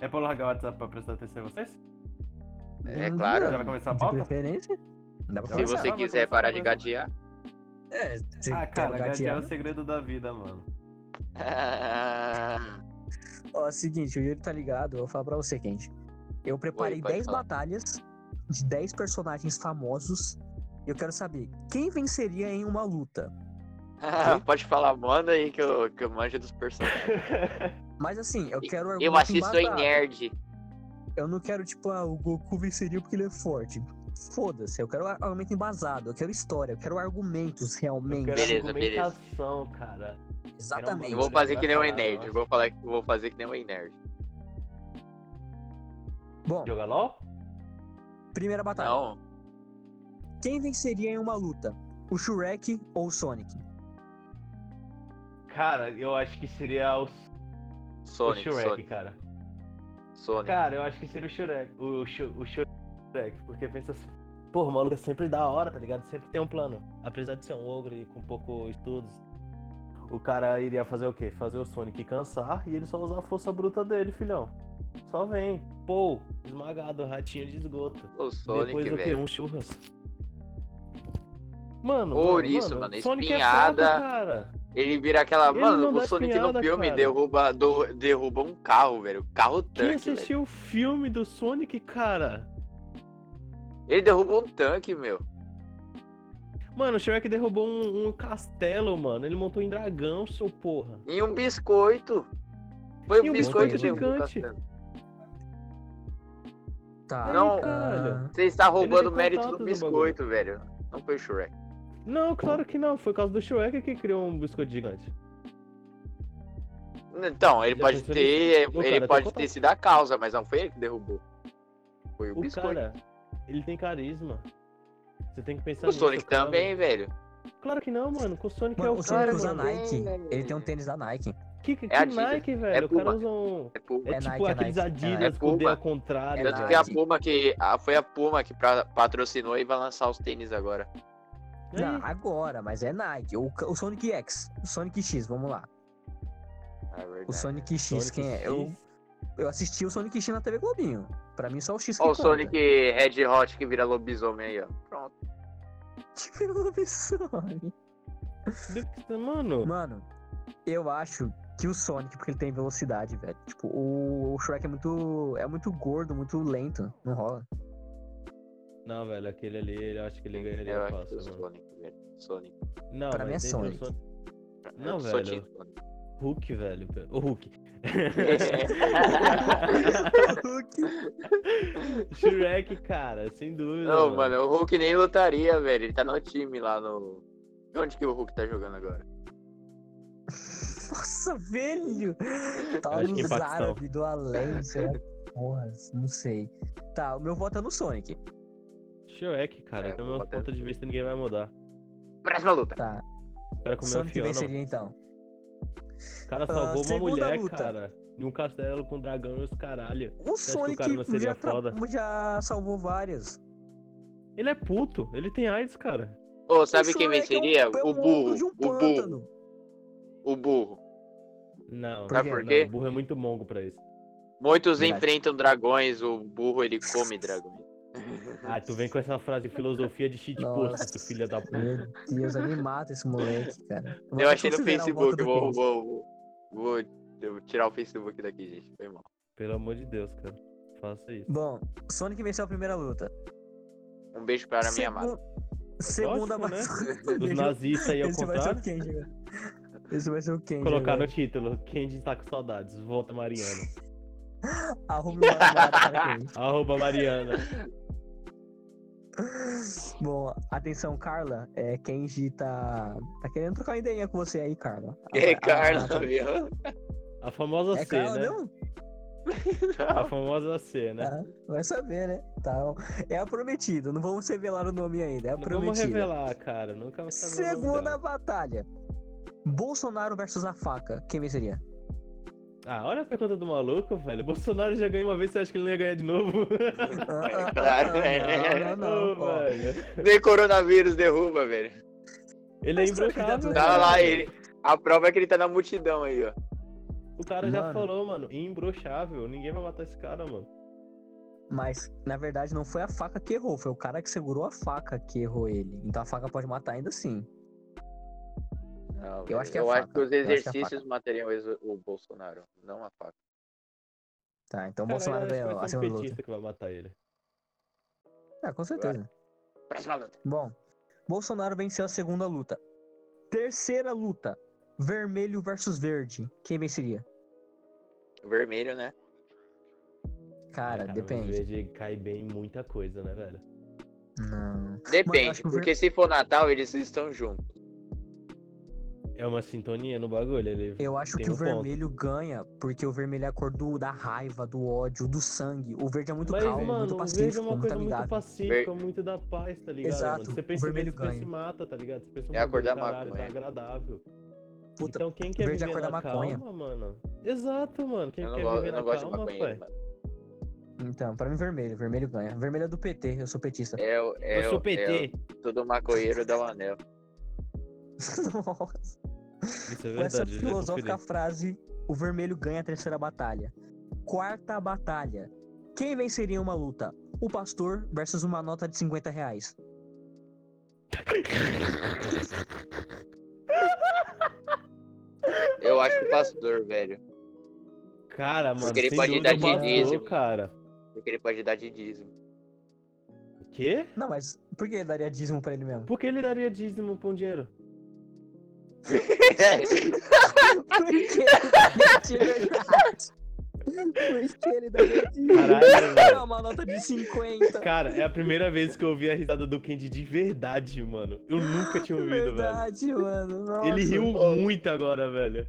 É pra eu largar o WhatsApp pra prestar atenção em vocês? É Não, Já claro. vai começar a De pauta? preferência. Dá pra Se começar. você vamos quiser começar, parar de vamos gadear. É, se Ah, quer cara, gadear é gatear. o segredo da vida, mano. Ah, Ó, seguinte, o Yuri tá ligado, eu vou falar pra você, Kent. Eu preparei Oi, pode 10 falar. batalhas de 10 personagens famosos. E eu quero saber quem venceria em uma luta. pode falar, manda aí que eu, que eu manjo dos personagens. Mas assim, eu quero Eu argumento assisto em embasado. nerd. Eu não quero, tipo, ah, o Goku venceria porque ele é forte. Foda-se, eu quero ar- argumento embasado, eu quero história, eu quero argumentos realmente. quero- Beleza, beleza. argumentação, cara. Exatamente. Eu vou fazer Vai que nem o falar, E-Nerd. vai. Eu vou falar que eu vou fazer que nem o E-Nerd. Bom, Joga LOL? primeira batalha. Não. Quem venceria em uma luta? O Shrek ou o Sonic? Cara, eu acho que seria o, o Sonic, Shrek, Sonic, cara. Sonic. Cara, eu acho que seria o Shrek. O, Sh o Shrek, porque pensa assim. Pô, o maluco é sempre da hora, tá ligado? Sempre tem um plano. Apesar de ser um ogro e com pouco estudos, o cara iria fazer o quê? Fazer o Sonic cansar e ele só usar a força bruta dele, filhão. Só vem. Pô, esmagado, ratinho de esgoto. O Sonic, Depois o quê? velho. Um churras. Mano, Ouriço, mano, mano, Sonic espinhada. é foda, cara. Ele vira aquela. Ele não Mano, dá o Sonic no espinhada, filme cara. derruba, do- derruba um carro, velho. Carro Quem tanque, velho. assistiu o filme do Sonic, cara? Ele derruba um tanque, meu. Mano, o Shrek derrubou um, um castelo, mano. Ele montou em dragão, seu porra. E um biscoito. Foi E um um biscoito, que biscoito derruba o gigante. castelo. Tá. Não. Caralho. Você está roubando tem o mérito do contato do biscoito, velho. Não foi o Shrek. Não, claro que não. Foi por causa do Shrek que criou um biscoito gigante. Então, ele Já pode pensou ter. Ô, ele cara, pode tem ter contato. sido a causa, mas não foi ele que derrubou. Foi o, O biscoito. cara, ele tem carisma. Você tem que pensar o nisso, Sonic cara. também, velho. Claro que não, mano. Com o Sonic Mano, é o o Sonic cara, usa mano. Nike. Hum. Ele tem um tênis da Nike. Que, que, É Adidas. Nike, velho? É o cara Puma. usa um... É Puma. É, É tipo Nike, é aqueles Nike. Adidas É com o dedo Puma. tipo ao contrário. né? É Tanto velho. que a Nike. Puma que. a- foi a Puma que pra- patrocinou e vai lançar os tênis agora. É Não, isso. agora, mas é Nike. O, o Sonic X. O Sonic X, vamos lá. É verdade. O Sonic X, Sonic quem é? Eu, eu assisti o Sonic X na TV Globinho. Pra mim, só o X que Ó, o conta. Sonic Red Hot que vira lobisomem aí, ó. Pronto. Que lobisomem. Mano, Mano, eu acho que o Sonic, porque ele tem velocidade, velho. Tipo, o, o Shrek é muito. é muito gordo, muito lento. Não rola. não, velho, aquele ali, ele- eu acho que ele Eu ganharia acho que é fácil, né? o mano. Sonic, velho. Sonic. Não, Pra mim mas é entre o Sonic. Sonic- Não, Eu sou velho. time Sonic. Hulk, velho. O Hulk. Shrek, cara, sem dúvida. Não, mano, o Hulk nem lutaria, velho. Ele tá no time lá no. Onde que o Hulk tá jogando agora? Nossa, velho! Tá Acho que nos Paquistão. árabes do além, sei lá. Porra, não sei. Tá, o meu voto é no Sonic. Shrek, cara, É, do vou meu botar- ponto de vista ninguém vai mudar. Próxima luta. Tá. O cara comeu a Sonic Fiona, venceria então. o cara Ah, salvou uma segunda mulher, luta. cara. E um castelo com dragão e os caralho. que O o cara não Sonic seria já, tra- foda? já salvou várias. Ele é puto, ele tem AIDS, cara. Ô, sabe O quem Shrek é um- venceria? é um o ogro burro. de um o burro. pântano. O burro. Não, Sabe por não, quê? o burro é muito mongo pra isso. Muitos Verdade. enfrentam dragões, o burro ele come dragões. Ah, tu vem com essa frase de filosofia de shit Nossa. post, tu filha da puta. Meu Deus, ele mata esse moleque, cara. vou Eu até achei no considerar o Facebook, voto do vou, Kenji. vou, vou, vou tirar o Facebook daqui, gente. Foi mal. Pelo amor de Deus, cara. Faça isso. Bom, Sonic venceu a primeira luta. Um beijo para a minha Segu- amada. Segunda Lógico, né? batalha. Os nazistas aí ao Esse vai ser o contrário. Kenji, velho. Esse vai ser o Kenji. Colocar velho. no título, Candy tá com saudades, volta Mariana. Arrume uma namorada para Kenji. Arroba Mariana. Bom, atenção, Carla. É, Kenji tá. tá querendo trocar uma ideinha com você aí, Carla. É, A- a- Carla, a- viu? A famosa É C, Carla, né? não? A famosa C, né? Tá, vai saber, né? Tá, é a prometida. Não vamos revelar o nome ainda. É a Não vamos prometida. é revelar, cara. Nunca vai saber o nome Segunda dela. batalha. Bolsonaro versus a faca. Quem venceria? Ah, olha a pergunta do maluco, velho. Bolsonaro já ganhou uma vez, você acha que ele não ia ganhar de novo? Ah, ah, claro, ah, é. Não, não, não. né? Ô, ó. velho. Nem coronavírus derruba, velho. Ele é Mas troca de imbrochável. dedo, Tá velho. lá ele. A prova é que ele tá na multidão aí, ó. O cara já Mano. falou, mano, imbrochável. Ninguém vai matar esse cara, mano. Mas, na verdade, não foi a faca que errou, foi o cara que segurou a faca que errou ele. Então a faca pode matar ainda sim. Não, Eu velho. acho que é a eu acho faca. que os Eu acho que é a faca. exercícios matariam o- o Bolsonaro, não a faca. Tá, então o Cara, Bolsonaro eu acho que ganhou vai a ser um segunda luta. petista que vai matar ele. Ah, com certeza. Próxima luta. Bom, Bolsonaro venceu a segunda luta. Terceira luta: vermelho versus verde. Quem venceria? Vermelho, né? Cara, mas depende. Verde cai bem em muita coisa, né, velho? Não. Mano, eu acho Depende, que o ver- porque se for Natal, eles estão juntos. É uma sintonia no bagulho. Ele... Eu acho Tem que um o vermelho ganha, porque o vermelho é a cor do, da raiva, do ódio, do sangue. O verde é muito Mas, calmo, mano, muito o verde é pacífico, uma muito coisa muito amigável. pacífica, muito da paz, tá ligado? Exato, mano? Você o pensa em vermelho verde, você se ganha. mata, tá ligado? Você pensa É a cor bagulho, da caralho, maconha. Tá agradável. Puta, então quem quer verde é a viver cor da na maconha. calma, mano? Exato, mano. Quem eu não, quer gosto, viver é eu na não gosto de calma, maconheiro, mano. Então, pra mim, vermelho. Vermelho ganha. Vermelho é do PT, eu sou petista. Tá É, o- é, Eu sou o- É, PT. o- todo maconheiro dá um anel. Nossa. Isso é Com essa verdade. eu já filosófica conferi. frase, o vermelho ganha a terceira batalha. Quarta batalha. Quem venceria uma luta? O pastor versus uma nota de 50 reais. Eu acho que o pastor, velho. Cara, mano, Porque ele sem pode dúvida, dar matou, dízimo. cara. Porque ele pode dar de dízimo. O quê? Não, mas por que ele daria dízimo pra ele mesmo? Por que ele daria dízimo pra um dinheiro? Por que ele daria dízimo? Por que ele daria dízimo? Caralho, velho. Não, uma nota de 50. Cara, é a primeira vez que eu ouvi a risada do Candy de verdade, mano. Eu nunca tinha ouvido, Verdade, mano. velho. Ele nossa. riu muito agora, velho.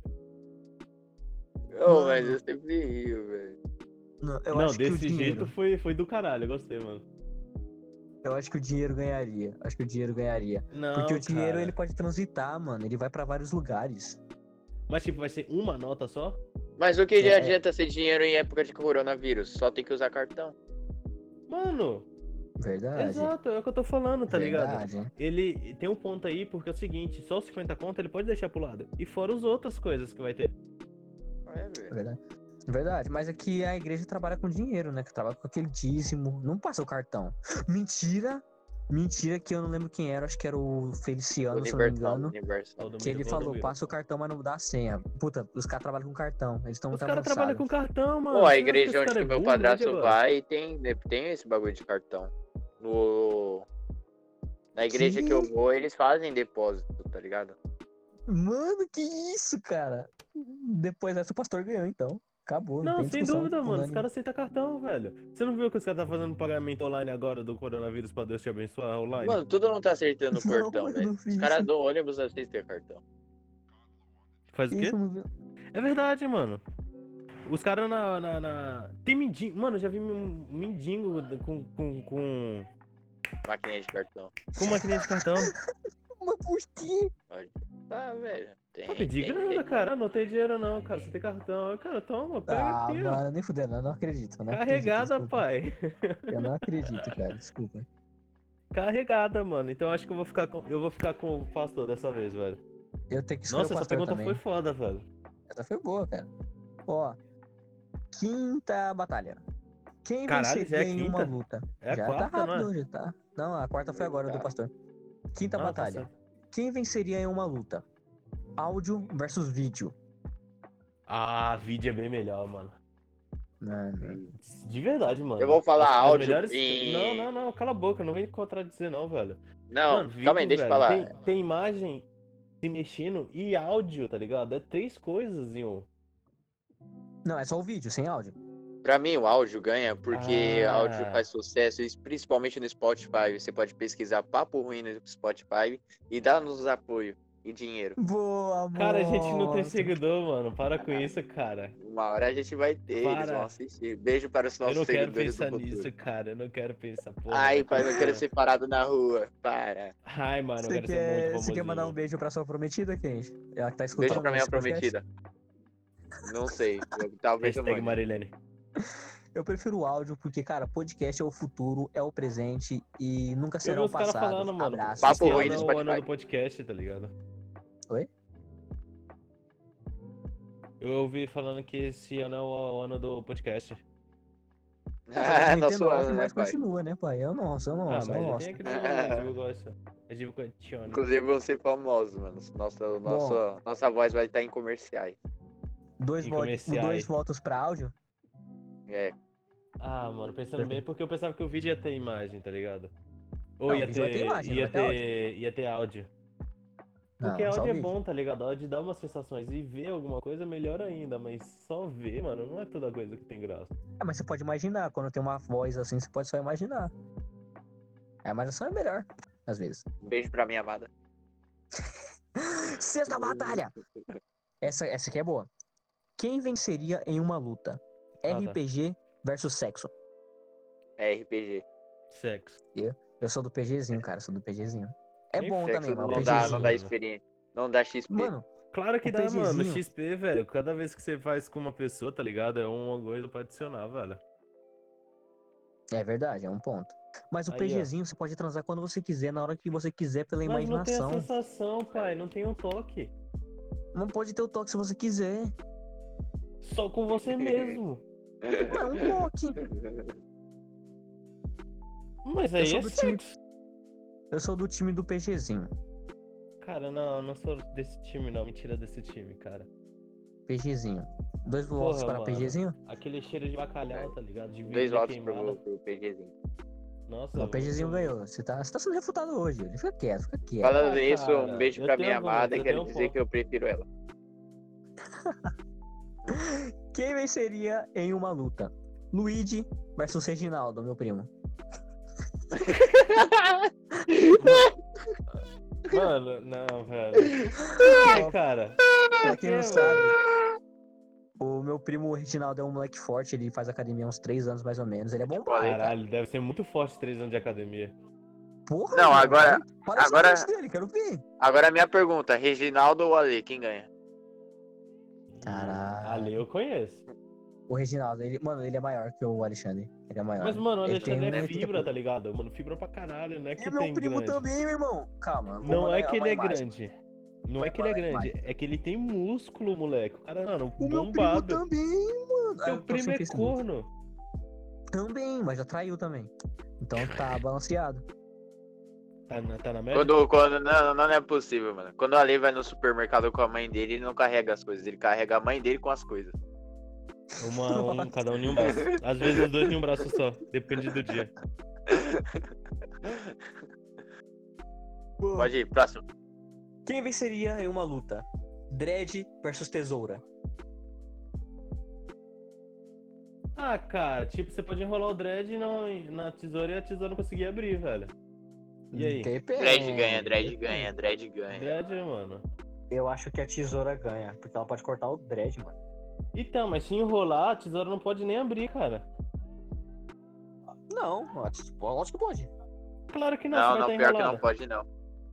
Ô, mas eu sempre rio, velho. Não, eu Não, acho que o desse jeito dinheiro, foi, foi do caralho, eu gostei, mano. Eu acho que o dinheiro ganharia. Acho que o dinheiro ganharia. Não, Porque o dinheiro cara. ele pode transitar, mano. Ele vai pra vários lugares. Mas tipo, vai ser uma nota só? Mas o que É. adianta ser dinheiro em época de coronavírus? Só tem que usar cartão. Mano, Verdade. exato, é o que eu tô falando, tá ligado? Verdade. Ele tem um ponto aí, porque é o seguinte, só os 50 conto ele pode deixar pro lado. E fora as outras coisas que vai ter. É, velho. Verdade. Verdade, mas é que a igreja trabalha com dinheiro, né? Que trabalha com aquele dízimo. Não passa o cartão. Mentira! Mentira, que eu não lembro quem era, acho que era o Feliciano, se eu não me Universal, engano. universal. Todo Que ele mundo- todo falou, mundo. passa o cartão, mas não dá a senha. Puta, os caras trabalham com cartão. Eles estão Os muito caras avançados. trabalham com cartão, mano. Pô, a Você acha que esse igreja onde cara é que meu burro, padrasto Diego? vai tem, né, tem esse bagulho de cartão. No... Na igreja que? eu Que? vou, eles fazem depósito, tá ligado? Mano, que isso, cara? Depois dessa, o pastor ganhou, então. Acabou. Não, tem sem discussão, dúvida, mano. Os unânime. caras aceitam cartão, velho. Você não viu que os caras tá fazendo pagamento online agora do coronavírus pra Deus te abençoar online? Mano, tudo não tá acertando o Não, cartão, eu velho. não Os fiz caras do ônibus aceitam cartão. Faz o quê? isso, mano. É verdade, mano. Os caras na, na, na- Tem mendigo. Mano, eu já vi um mendigo com, com, com. Maquininha de cartão. com maquininha de cartão. Mas por quê? Ah, velho. Tem, Não pedi tem, grana, tem. cara. Não tem dinheiro, não, cara. Você tem cartão. Eu, Cara, toma, pega Ah, aqui, ó. mano, nem fudendo, eu não acredito. eu Não acredito, Carregada, desculpa. pai. Eu não acredito, cara, desculpa. Carregada, mano. Então eu acho que eu vou ficar com. Eu vou ficar com o pastor dessa vez, velho. Eu tenho que escolher Nossa, o essa pastor pergunta também. foi foda, velho. Essa foi boa, cara. Ó, quinta batalha. Quem Caralho, já é venceria em uma quinta? luta? É a já quarta, tá rápido, não é? já tá. Não, a quarta foi agora, do Tá. pastor. Quinta Ah, tá batalha. certo. Quem venceria em uma luta? Áudio versus vídeo. Ah, vídeo é bem melhor, mano. Mano, De verdade, mano. Eu vou falar As áudio melhores- em- Não, não, não. Cala a boca. Não vem contradizer, não, velho. Não, Mano, calma aí, vídeo, deixa velho, eu falar. Tem, tem imagem se mexendo e áudio, tá ligado? É três coisas em um. Não, é só o vídeo, sem áudio. Pra mim, o áudio ganha porque Ah. áudio faz sucesso, e principalmente no Spotify. Você pode pesquisar papo ruim no Spotify e dar nos apoio e dinheiro. Boa, mano. Cara, a gente não tem seguidor, mano. Para com isso, cara. Uma hora a gente vai ter, eles Para. vão assistir. Beijo para os Eu nossos não quero seguidores pensar do futuro. nisso, cara. Eu não quero pensar, porra. Ai, velho. pai, eu quero ser parado na rua. Para. Ai, mano, eu Você quero ser muito quer, você famosinho. quer mandar um beijo pra sua prometida, Kenji? Ela que tá escutando. Beijo pra minha esse podcast? prometida. Não sei. eu- Talvez eu Hashtag mande. Marilene. Eu prefiro o áudio porque, cara, podcast é o futuro, é o presente e nunca Eu vi será o os caras é um passado. falando, mano. Abraço. Papo esse Esse ruim ano no é o ano- ano Spotify. do podcast, tá ligado? Oi? Eu Eu ouvi falando que esse ano é o ano do podcast. Ah, nosso 99, ano, né, mas pai? continua, né, pai? É o nosso, é o nosso, é o eu nosso. tenho Ah, que dizer, eu gosto. Eu digo continua. Inclusive vão ser famosos, mano. Nossa, nossa, nossa voz vai estar em comerciais. Dois, E vo- comerciais. dois votos pra áudio. É, Ah, mano, pensando bem, porque eu pensava que o vídeo ia ter imagem, tá ligado? Ou Não, o ia, vídeo vai ter, ter imagem, ia, vai ter ter, ia ter áudio. Não, Porque só áudio é vídeo. bom, tá ligado? Áudio dá umas sensações. E ver alguma coisa é melhor ainda, mas só ver, mano, não é toda coisa que tem graça. É, mas você pode imaginar, quando tem uma voz assim, você pode só imaginar. A imaginação é melhor, às vezes. beijo pra minha amada. Sexta é batalha! Essa, essa aqui é boa. Quem venceria em uma luta? tá. RPG versus sexo. É RPG. Sexo. Eu sou do PGzinho, cara, sou do PGzinho. É Nem bom sexo também, Sexo mano. não mas dá, PGzinho, não né? dá experiência. Não dá XP. Mano, Claro que O dá, mano. PGzinho. XP, velho. Cada vez que você faz com uma pessoa, tá ligado? É uma coisa pra adicionar, velho. é verdade, é um ponto. Mas o Aí, ó. PGzinho você pode transar quando você quiser, na hora que você quiser, pela Mas não tem a imaginação. Não, sensação, pai. Não tem um toque. pode ter o toque se você quiser. Só com você mesmo. Não, é um toque. Mas Eu aí sou é do time- sexo. Eu sou do time do PGzinho. Cara, não, não sou desse time, não. Mentira desse time, cara. PGzinho. Dois votos Porra, para mano. Tá PGzinho? Aquele cheiro de bacalhau, tá ligado? De Dois vida votos queimada. pro, pro PGzinho. Nossa. Não, o eu- PGzinho ganhou. Você tá, você tá sendo refutado hoje. Ele fica quieto, fica quieto. Falando Ah, nisso, cara, um beijo eu pra tenho minha algum- amada eu e quero tenho um dizer que eu prefiro ela. Quem venceria em uma luta? Luigi versus Reginaldo, meu primo. Mano, não, velho. Ai, cara. Pra quem É, não sabe, o meu primo Reginaldo é um moleque forte. Ele faz academia há uns 3 anos mais ou menos. Ele é bom pra ele, cara. Caralho, deve ser muito forte três anos de academia. Porra, Não, mano, agora- Olha os agora- dentes dele, quero ver. Agora é minha pergunta, Reginaldo ou Ale, quem ganha? Caralho. Ali eu conheço. O Reginaldo, ele, mano, ele é maior que o Alexandre. Ele é maior. Mas, mano, o Ele tem Alexandre é muito- fibra, tá ligado? Mano, fibra pra caralho, não é que é meu tem primo grande. também, meu irmão. Calma. eu vou Não é mandar que uma ele é imagem. grande. Não é que ele é grande, é que ele tem músculo, moleque. O cara, mano, O meu primo bombado. também, mano. Ah, eu Teu tô primo sem é Facebook. corno. Também, mas já traiu também. Então tá balanceado. Tá na, tá na média? Quando, quando, não, não é possível, mano. Quando o Ale vai no supermercado com a mãe dele, ele não carrega as coisas, ele carrega a mãe dele com as coisas. Uma, um, cada um em um braço. Às vezes os dois em um braço só, depende do dia. Pode ir, próximo. Quem venceria em uma luta? Dredd versus Tesoura. Ah, cara, tipo, você pode enrolar o dread e não, na tesoura e a tesoura não conseguir abrir, velho. E aí? Depende. Dread um ganha, Dread ganha, Dread ganha. Dread, mano. Eu acho que a Tesoura ganha, porque ela pode cortar o Dredd, mano. Então, mas se enrolar, a tesoura não pode nem abrir, cara. Não, a tes- lógico que pode. Claro que não, Não, você não, vai estar pior que enrolada. não pode não.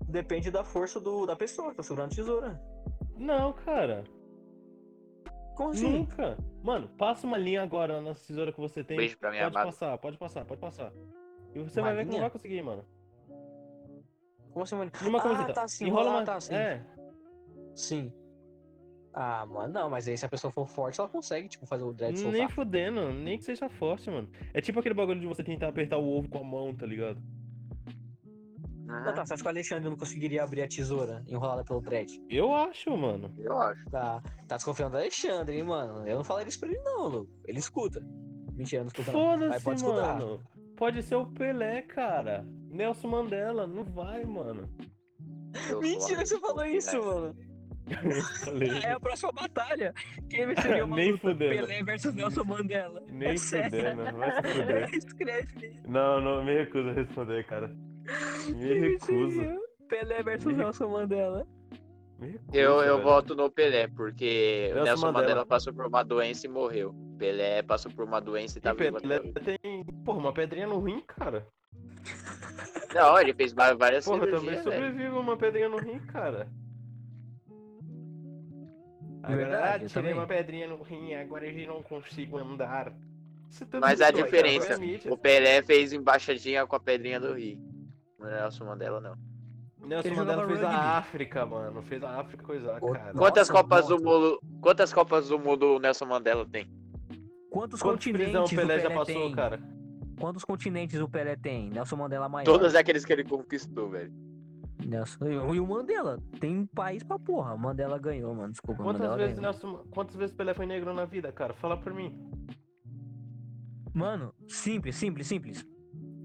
Depende da força do, da pessoa que tá segurando a tesoura. Não, cara. Como assim? Nunca. Mano, passa uma linha agora na tesoura que você tem. Beijo pra minha pode amada. passar, pode passar, pode passar. E você Uma vai ver que não linha? vai conseguir, mano. Como assim, mano? E uma Ah, camiseta. tá assim, Enrola enrolar, uma... tá assim. É. Sim. Ah, mano, não, mas aí se a pessoa for forte, ela consegue, tipo, fazer o Dredd nem soltar. fudendo, nem que seja forte, mano. É tipo aquele bagulho de você tentar apertar o ovo com a mão, tá ligado? Ah, tá, você acha que o Alexandre não conseguiria abrir a tesoura enrolada pelo Dredd? Eu acho, mano. Eu acho. Tá, tá desconfiando do Alexandre, hein, mano. Eu não falaria isso pra ele, não, Lu. Ele escuta. Mentira, não escuta, não. Mas Foda-se, pode escutar. mano. Pode ser o Pelé, cara. Nelson Mandela, não vai, mano. Mentira que você falou isso, mano. Falei. É a próxima batalha. Quem venceria uma Nem luta? fudendo. Pelé versus Nelson Mandela. Nem é sério. fudendo, vai se fuder. Escreve. aí. Não, não, me recuso a responder, cara. Me Quem recuso. venceria? Pelé versus Me- Nelson Mandela. Me recuso, Eu, eu velho. voto no Pelé, porque Nelson o Nelson Mandela. Mandela passou por uma doença e morreu. Pelé passou por uma doença e tá E vivo até Pelé hoje. tem, porra, uma pedrinha no rim, cara. Não, ele fez va- várias Porra, eu também cirurgias, né? velho. sobrevivo a uma pedrinha no rim, cara. Agora, ah, Verdade, eu tirei também. uma pedrinha no rim, agora eu não consigo andar. Você também Mas a doido, diferença, cara, foi a mídia. o Pelé fez embaixadinha com a pedrinha do Rio. O Nelson é Mandela não. Nelson Ele Mandela jogava fez rugby. a África, mano. Fez a África coisar, Ô, cara. nossa, Quantas Copas do nossa. Mundo. Quantas Copas do Mundo o Nelson Mandela tem? Quantos Quantos continentes prisão o Pelé já passou, tem? cara? Quantos continentes o Pelé tem? Nelson Mandela é maior. Todas aqueles que ele conquistou, velho. Nelson... E o Mandela. Tem país pra porra. Mandela ganhou, mano. Desculpa. Quantas Mandela vezes, ganhou. Nelson, quantas vezes Pelé foi negro na vida, cara? Fala pra mim. Mano, simples, simples, simples.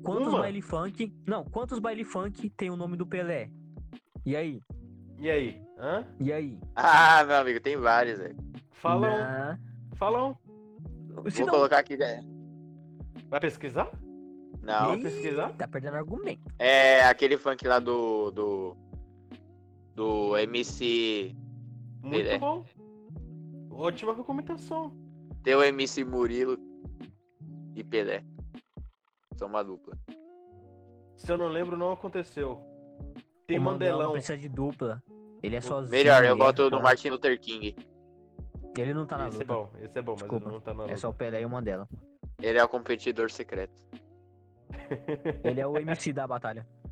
Quantos Uma? baile funk... Não, quantos baile funk tem o nome do Pelé? E aí? E aí? Hã? E aí? Ah, meu amigo, tem várias, velho. Fala Na- um. Fala um. Se Vou não... colocar aqui. é, Vai pesquisar? Não. Vamos pesquisar? Tá perdendo argumento. É aquele funk lá do. Do. Do MC. Muito É. bom. Ótima recomendação. Teu MC Murilo e Pelé. São uma dupla. Se eu não lembro, não aconteceu. Tem o Mandela não Mandelão. precisa de dupla. Ele é sozinho. Melhor, eu ele é boto do foda. Martin Luther King. Ele não tá na Esse é luta. bom, esse é bom, mas ele Desculpa. não tá na É luta. só o Pelé e o Mandela. Ele é o competidor secreto. Ele é o MC da batalha.